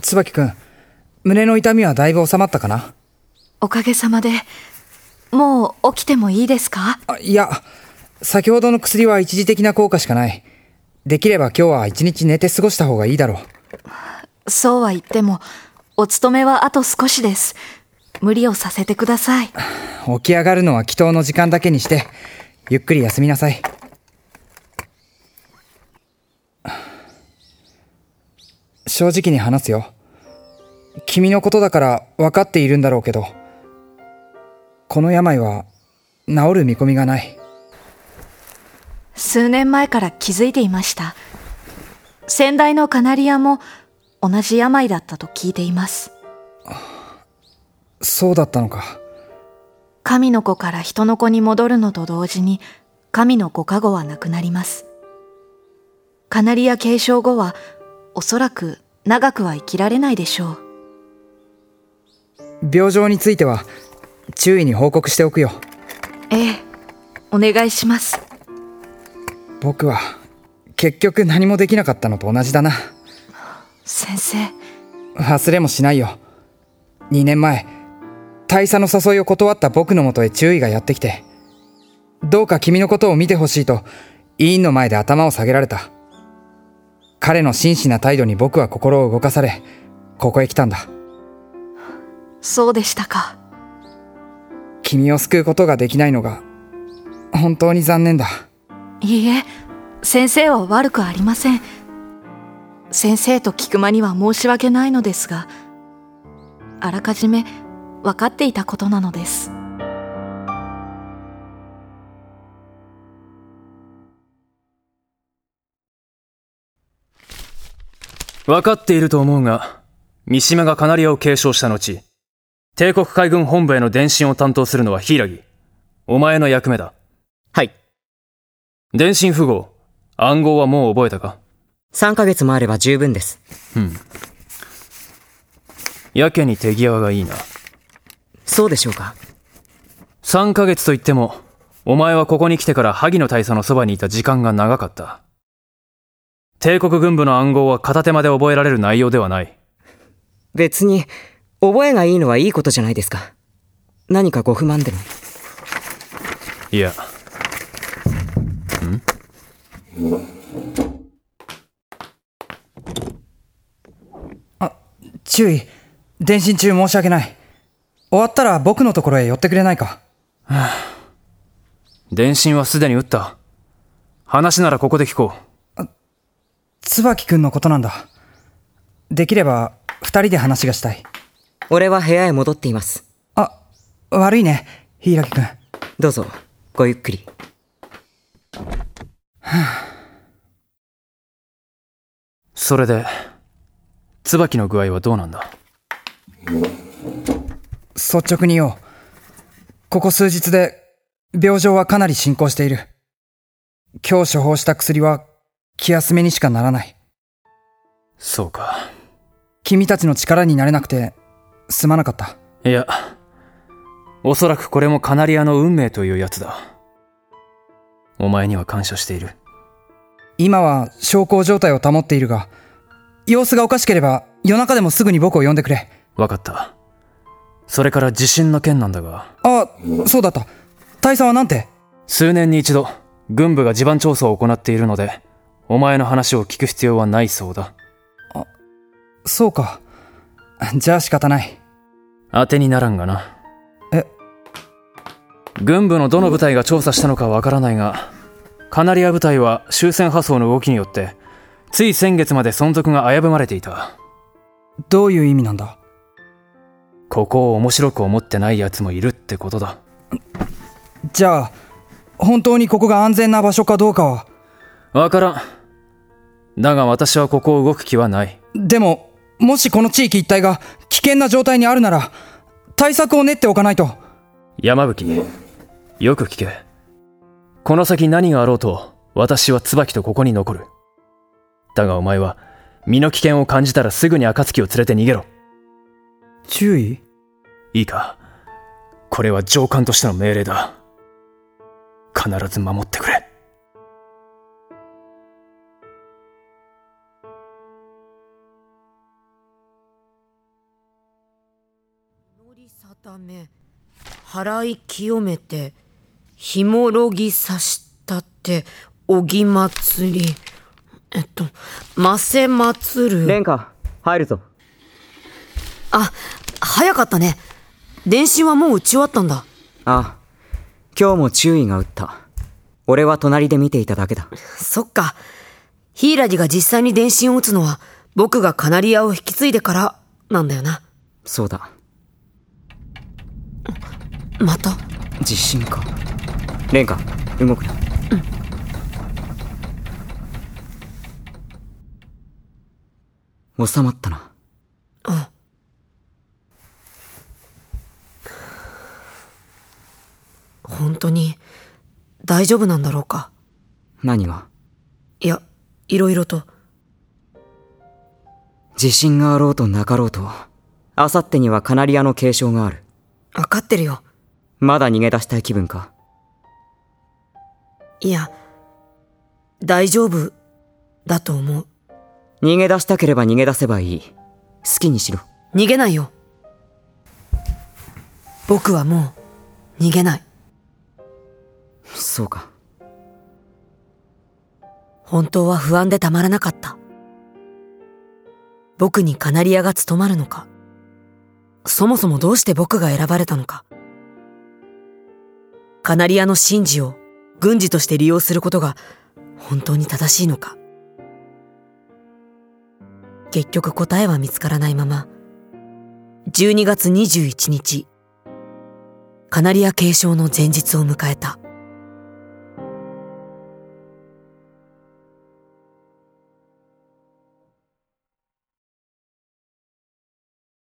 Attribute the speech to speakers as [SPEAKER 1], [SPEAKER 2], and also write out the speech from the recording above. [SPEAKER 1] 椿くん、胸の痛みはだいぶ収まったかな
[SPEAKER 2] おかげさまで、もう起きてもいいですか
[SPEAKER 1] あいや、先ほどの薬は一時的な効果しかない。できれば今日は一日寝て過ごした方がいいだろ
[SPEAKER 2] う。そうは言っても、お勤めはあと少しです。無理をさせてください。
[SPEAKER 1] 起き上がるのは祈祷の時間だけにして、ゆっくり休みなさい。正直に話すよ。君のことだから分かっているんだろうけど、この病は治る見込みがない。
[SPEAKER 2] 数年前から気づいていました。先代のカナリアも同じ病だったと聞いています。
[SPEAKER 1] そうだったのか。
[SPEAKER 2] 神の子から人の子に戻るのと同時に、神の子加護はなくなります。カナリア継承後は、おそらく長くは生きられないでしょ
[SPEAKER 1] う。病状については、注意に報告しておくよ。
[SPEAKER 2] ええ、お願いします。
[SPEAKER 1] 僕は、結局何もできなかったのと同じだな。
[SPEAKER 2] 先生。
[SPEAKER 1] 忘れもしないよ。2年前、大佐の誘いを断った僕のもとへ注意がやってきて、どうか君のことを見てほしいと、委員の前で頭を下げられた。彼の真摯な態度に僕は心を動かされ、ここへ来たんだ。
[SPEAKER 2] そうでしたか。
[SPEAKER 1] 君を救うことができないのが、本当に残念だ。
[SPEAKER 2] いいえ、先生は悪くありません。先生と菊間には申し訳ないのですが、あらかじめ分かっていたことなのです
[SPEAKER 3] 分かっていると思うが三島がカナリアを継承した後帝国海軍本部への電信を担当するのは柊お前の役目だ
[SPEAKER 4] はい
[SPEAKER 3] 電信符号暗号はもう覚えたか
[SPEAKER 4] 3ヶ月もあれば十分です
[SPEAKER 3] うんやけに手際がいいな。
[SPEAKER 4] そうでしょうか。
[SPEAKER 3] 3ヶ月といっても、お前はここに来てから萩野大佐のそばにいた時間が長かった。帝国軍部の暗号は片手まで覚えられる内容ではない。
[SPEAKER 4] 別に、覚えがいいのはいいことじゃないですか。何かご不満でも。
[SPEAKER 3] いや。ん
[SPEAKER 1] あ、注意。電信中申し訳ない。終わったら僕のところへ寄ってくれないか。
[SPEAKER 3] はあ、電信はすでに打った。話ならここで聞こう。
[SPEAKER 1] 椿くんのことなんだ。できれば、二人で話がしたい。
[SPEAKER 4] 俺は部屋へ戻っています。
[SPEAKER 1] あ、悪いね、柊くん。
[SPEAKER 4] どうぞ、ごゆっくり。
[SPEAKER 1] はあ、
[SPEAKER 3] それで、椿の具合はどうなんだ
[SPEAKER 1] 率直に言おう。ここ数日で、病状はかなり進行している。今日処方した薬は、気休めにしかならない。
[SPEAKER 3] そうか。
[SPEAKER 1] 君たちの力になれなくて、すまなかった。
[SPEAKER 3] いや、おそらくこれもカナリアの運命というやつだ。お前には感謝している。
[SPEAKER 1] 今は小康状態を保っているが、様子がおかしければ夜中でもすぐに僕を呼んでくれ。
[SPEAKER 3] わかった。それから地震の件なんだが。
[SPEAKER 1] あ、そうだった。大佐はなんて
[SPEAKER 3] 数年に一度、軍部が地盤調査を行っているので、お前の話を聞く必要はないそうだ。
[SPEAKER 1] あ、そうか。じゃあ仕方ない。
[SPEAKER 3] 当てにならんがな。
[SPEAKER 1] え
[SPEAKER 3] 軍部のどの部隊が調査したのかわからないが、カナリア部隊は終戦破装の動きによって、つい先月まで存続が危ぶまれていた。
[SPEAKER 1] どういう意味なんだ
[SPEAKER 3] ここを面白く思ってない奴もいるってことだ
[SPEAKER 1] じゃあ本当にここが安全な場所かどうかは
[SPEAKER 3] わからんだが私はここを動く気はない
[SPEAKER 1] でももしこの地域一帯が危険な状態にあるなら対策を練っておかないと
[SPEAKER 3] 山吹よく聞けこの先何があろうと私は椿とここに残るだがお前は身の危険を感じたらすぐに暁を連れて逃げろ
[SPEAKER 1] 注意
[SPEAKER 3] いいか。これは上官としての命令だ。必ず守ってくれ。
[SPEAKER 5] り定め払い清めてひもろぎ差したっておぎ祭りえっとませ祭る
[SPEAKER 4] 蓮華、入るぞ。
[SPEAKER 5] あ早かったね電信はもう打ち終わったんだ
[SPEAKER 4] ああ、今日も注意が打った。俺は隣で見ていただけだ。
[SPEAKER 5] そっかヒイラジが実際に電信を打つのは僕がカナリアを引き継いでからなんだよな
[SPEAKER 4] そうだ、
[SPEAKER 5] また
[SPEAKER 4] 地震か。蓮華、動くな。収まったな。
[SPEAKER 5] 本当に大丈夫なんだろうか
[SPEAKER 4] 何が
[SPEAKER 5] いやいろいろと
[SPEAKER 4] 地震があろうとなかろうと、あさってにはカナリアの継承がある。
[SPEAKER 5] 分かってるよ
[SPEAKER 4] まだ逃げ出したい気分か。
[SPEAKER 5] いや、大丈夫だと思う。
[SPEAKER 4] 逃げ出したければ逃げ出せばいい。好きにしろ。
[SPEAKER 5] 逃げないよ。僕はもう逃げない。
[SPEAKER 4] そうか。
[SPEAKER 5] 本当は不安でたまらなかった。僕にカナリアが務まるのか。そもそもどうして僕が選ばれたのか。カナリアの神事を軍事として利用することが本当に正しいのか。結局答えは見つからないまま、12月21日、カナリア継承の前日を迎えた。